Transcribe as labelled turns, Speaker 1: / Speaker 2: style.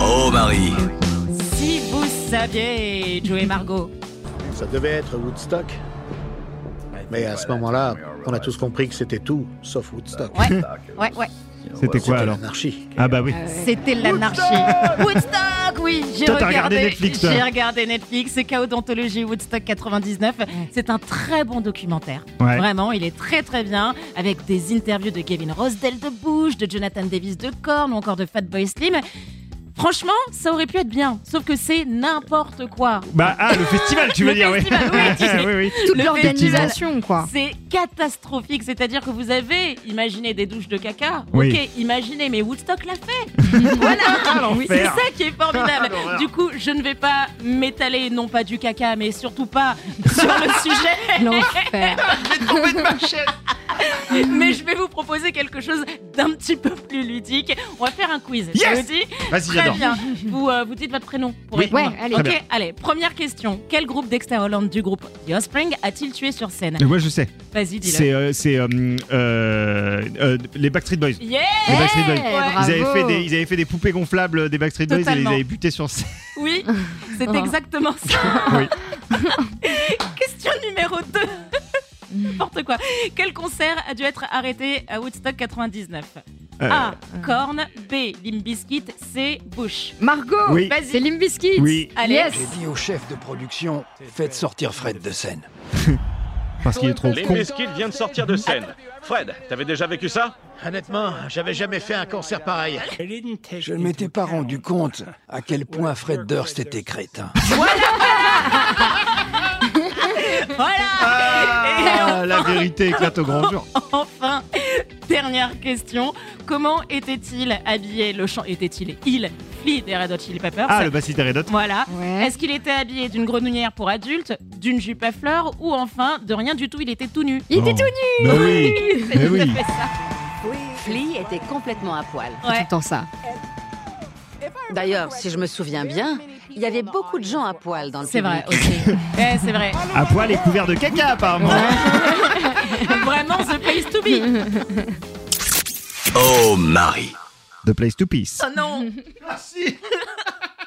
Speaker 1: Oh Marie,
Speaker 2: Si vous saviez, Joey Margot.
Speaker 3: Ça devait être Woodstock. Mais à ce moment-là, on a tous compris que c'était tout, sauf Woodstock.
Speaker 2: Ouais, ouais, ouais.
Speaker 4: C'était quoi alors
Speaker 3: L'anarchie.
Speaker 4: Ah bah oui.
Speaker 2: Euh, C'était l'anarchie. Woodstock, oui, j'ai
Speaker 4: Toi, t'as
Speaker 2: regardé,
Speaker 4: regardé Netflix, toi.
Speaker 2: J'ai regardé Netflix, c'est Chaos d'anthologie Woodstock 99. C'est un très bon documentaire.
Speaker 4: Ouais.
Speaker 2: Vraiment, il est très très bien avec des interviews de Gavin Rosdell de Bush, de Jonathan Davis de Korn ou encore de Fatboy Slim. Franchement, ça aurait pu être bien, sauf que c'est n'importe quoi.
Speaker 4: Bah ah, le festival, tu veux
Speaker 2: Le
Speaker 4: dire, oui.
Speaker 2: festival, oui, tu sais.
Speaker 4: oui, oui.
Speaker 5: Toute
Speaker 2: Le
Speaker 5: l'organisation, quoi.
Speaker 2: C'est catastrophique, c'est-à-dire que vous avez imaginé des douches de caca.
Speaker 4: Oui.
Speaker 2: Ok, imaginez, mais Woodstock l'a fait. voilà, c'est
Speaker 4: l'enfer.
Speaker 2: ça qui est formidable. du coup, je ne vais pas m'étaler, non pas du caca, mais surtout pas sur le sujet,
Speaker 5: L'enfer.
Speaker 2: mais je vais vous proposer quelque chose d'un petit peu plus ludique. On va faire un quiz.
Speaker 4: Yes
Speaker 2: Ça vous dit
Speaker 4: Vas-y,
Speaker 2: Très
Speaker 4: j'adore.
Speaker 2: bien. Vous, euh, vous dites votre prénom pour
Speaker 4: Oui.
Speaker 2: répondre.
Speaker 5: Ouais, allez.
Speaker 2: Ok,
Speaker 4: Très bien.
Speaker 2: allez. Première question. Quel groupe Dexter Holland du groupe The Offspring a-t-il tué sur scène
Speaker 4: Mais Moi je sais,
Speaker 2: Vas-y, dis-le.
Speaker 4: c'est euh, c'est, euh, euh, euh, les Backstreet Boys.
Speaker 2: Yeah
Speaker 4: Les Backstreet Boys.
Speaker 5: Eh,
Speaker 2: Ils
Speaker 4: Ils avaient,
Speaker 5: bravo.
Speaker 4: fait des, ils avaient fait des poupées gonflables euh, des Backstreet Boys et ils
Speaker 2: Totalement.
Speaker 4: avaient buté sur scène.
Speaker 2: Oui, c'est
Speaker 5: Ah.
Speaker 2: exactement ça.
Speaker 4: Oh. Oui.
Speaker 2: Question numéro 2. N'importe quoi. Quel concert a dû être arrêté à Woodstock 99
Speaker 4: Euh,
Speaker 2: A. Korn. B. Limbiskit. C. Bush.
Speaker 5: Margot,
Speaker 4: Oui.
Speaker 5: c'est Limbiskit.
Speaker 4: Oui,
Speaker 2: Allez.
Speaker 5: Yes.
Speaker 6: J'ai dit au chef de production, faites sortir Fred de scène.
Speaker 4: Euh, parce qu'il est trop
Speaker 7: Les
Speaker 4: con.
Speaker 7: Biscuits viennent de sortir de scène. Fred, t'avais déjà vécu ça
Speaker 3: Honnêtement, j'avais jamais fait un concert pareil.
Speaker 6: Je ne m'étais pas rendu compte à quel point Fred Durst était crétin.
Speaker 2: Voilà
Speaker 4: Ah, la vérité éclate au grand jour.
Speaker 2: Enfin, dernière question. Comment était-il habillé le chant Était-il il Flea des Red Hot Chili Peppers
Speaker 4: Ah, le bassiste Red Hot.
Speaker 2: Voilà.
Speaker 5: Ouais.
Speaker 2: Est-ce qu'il était habillé d'une grenouillère pour adulte, d'une jupe à fleurs ou enfin de rien du tout, il était tout nu
Speaker 5: Il était
Speaker 4: Oh.
Speaker 5: tout nu.
Speaker 4: Bah oui.
Speaker 2: C'est
Speaker 4: Mais
Speaker 2: tout à
Speaker 4: oui.
Speaker 2: fait ça.
Speaker 8: Flea était complètement à poil.
Speaker 5: Tout
Speaker 2: Ouais.
Speaker 5: le temps ça.
Speaker 8: D'ailleurs, si je me souviens bien, il y avait beaucoup de gens à poil dans le
Speaker 2: C'est vrai
Speaker 8: public.
Speaker 2: aussi. Eh, c'est vrai.
Speaker 4: À poil et couvert de caca, apparemment.
Speaker 2: Vraiment, the place to be.
Speaker 1: oh Marie,
Speaker 4: The place to peace.
Speaker 2: Oh non.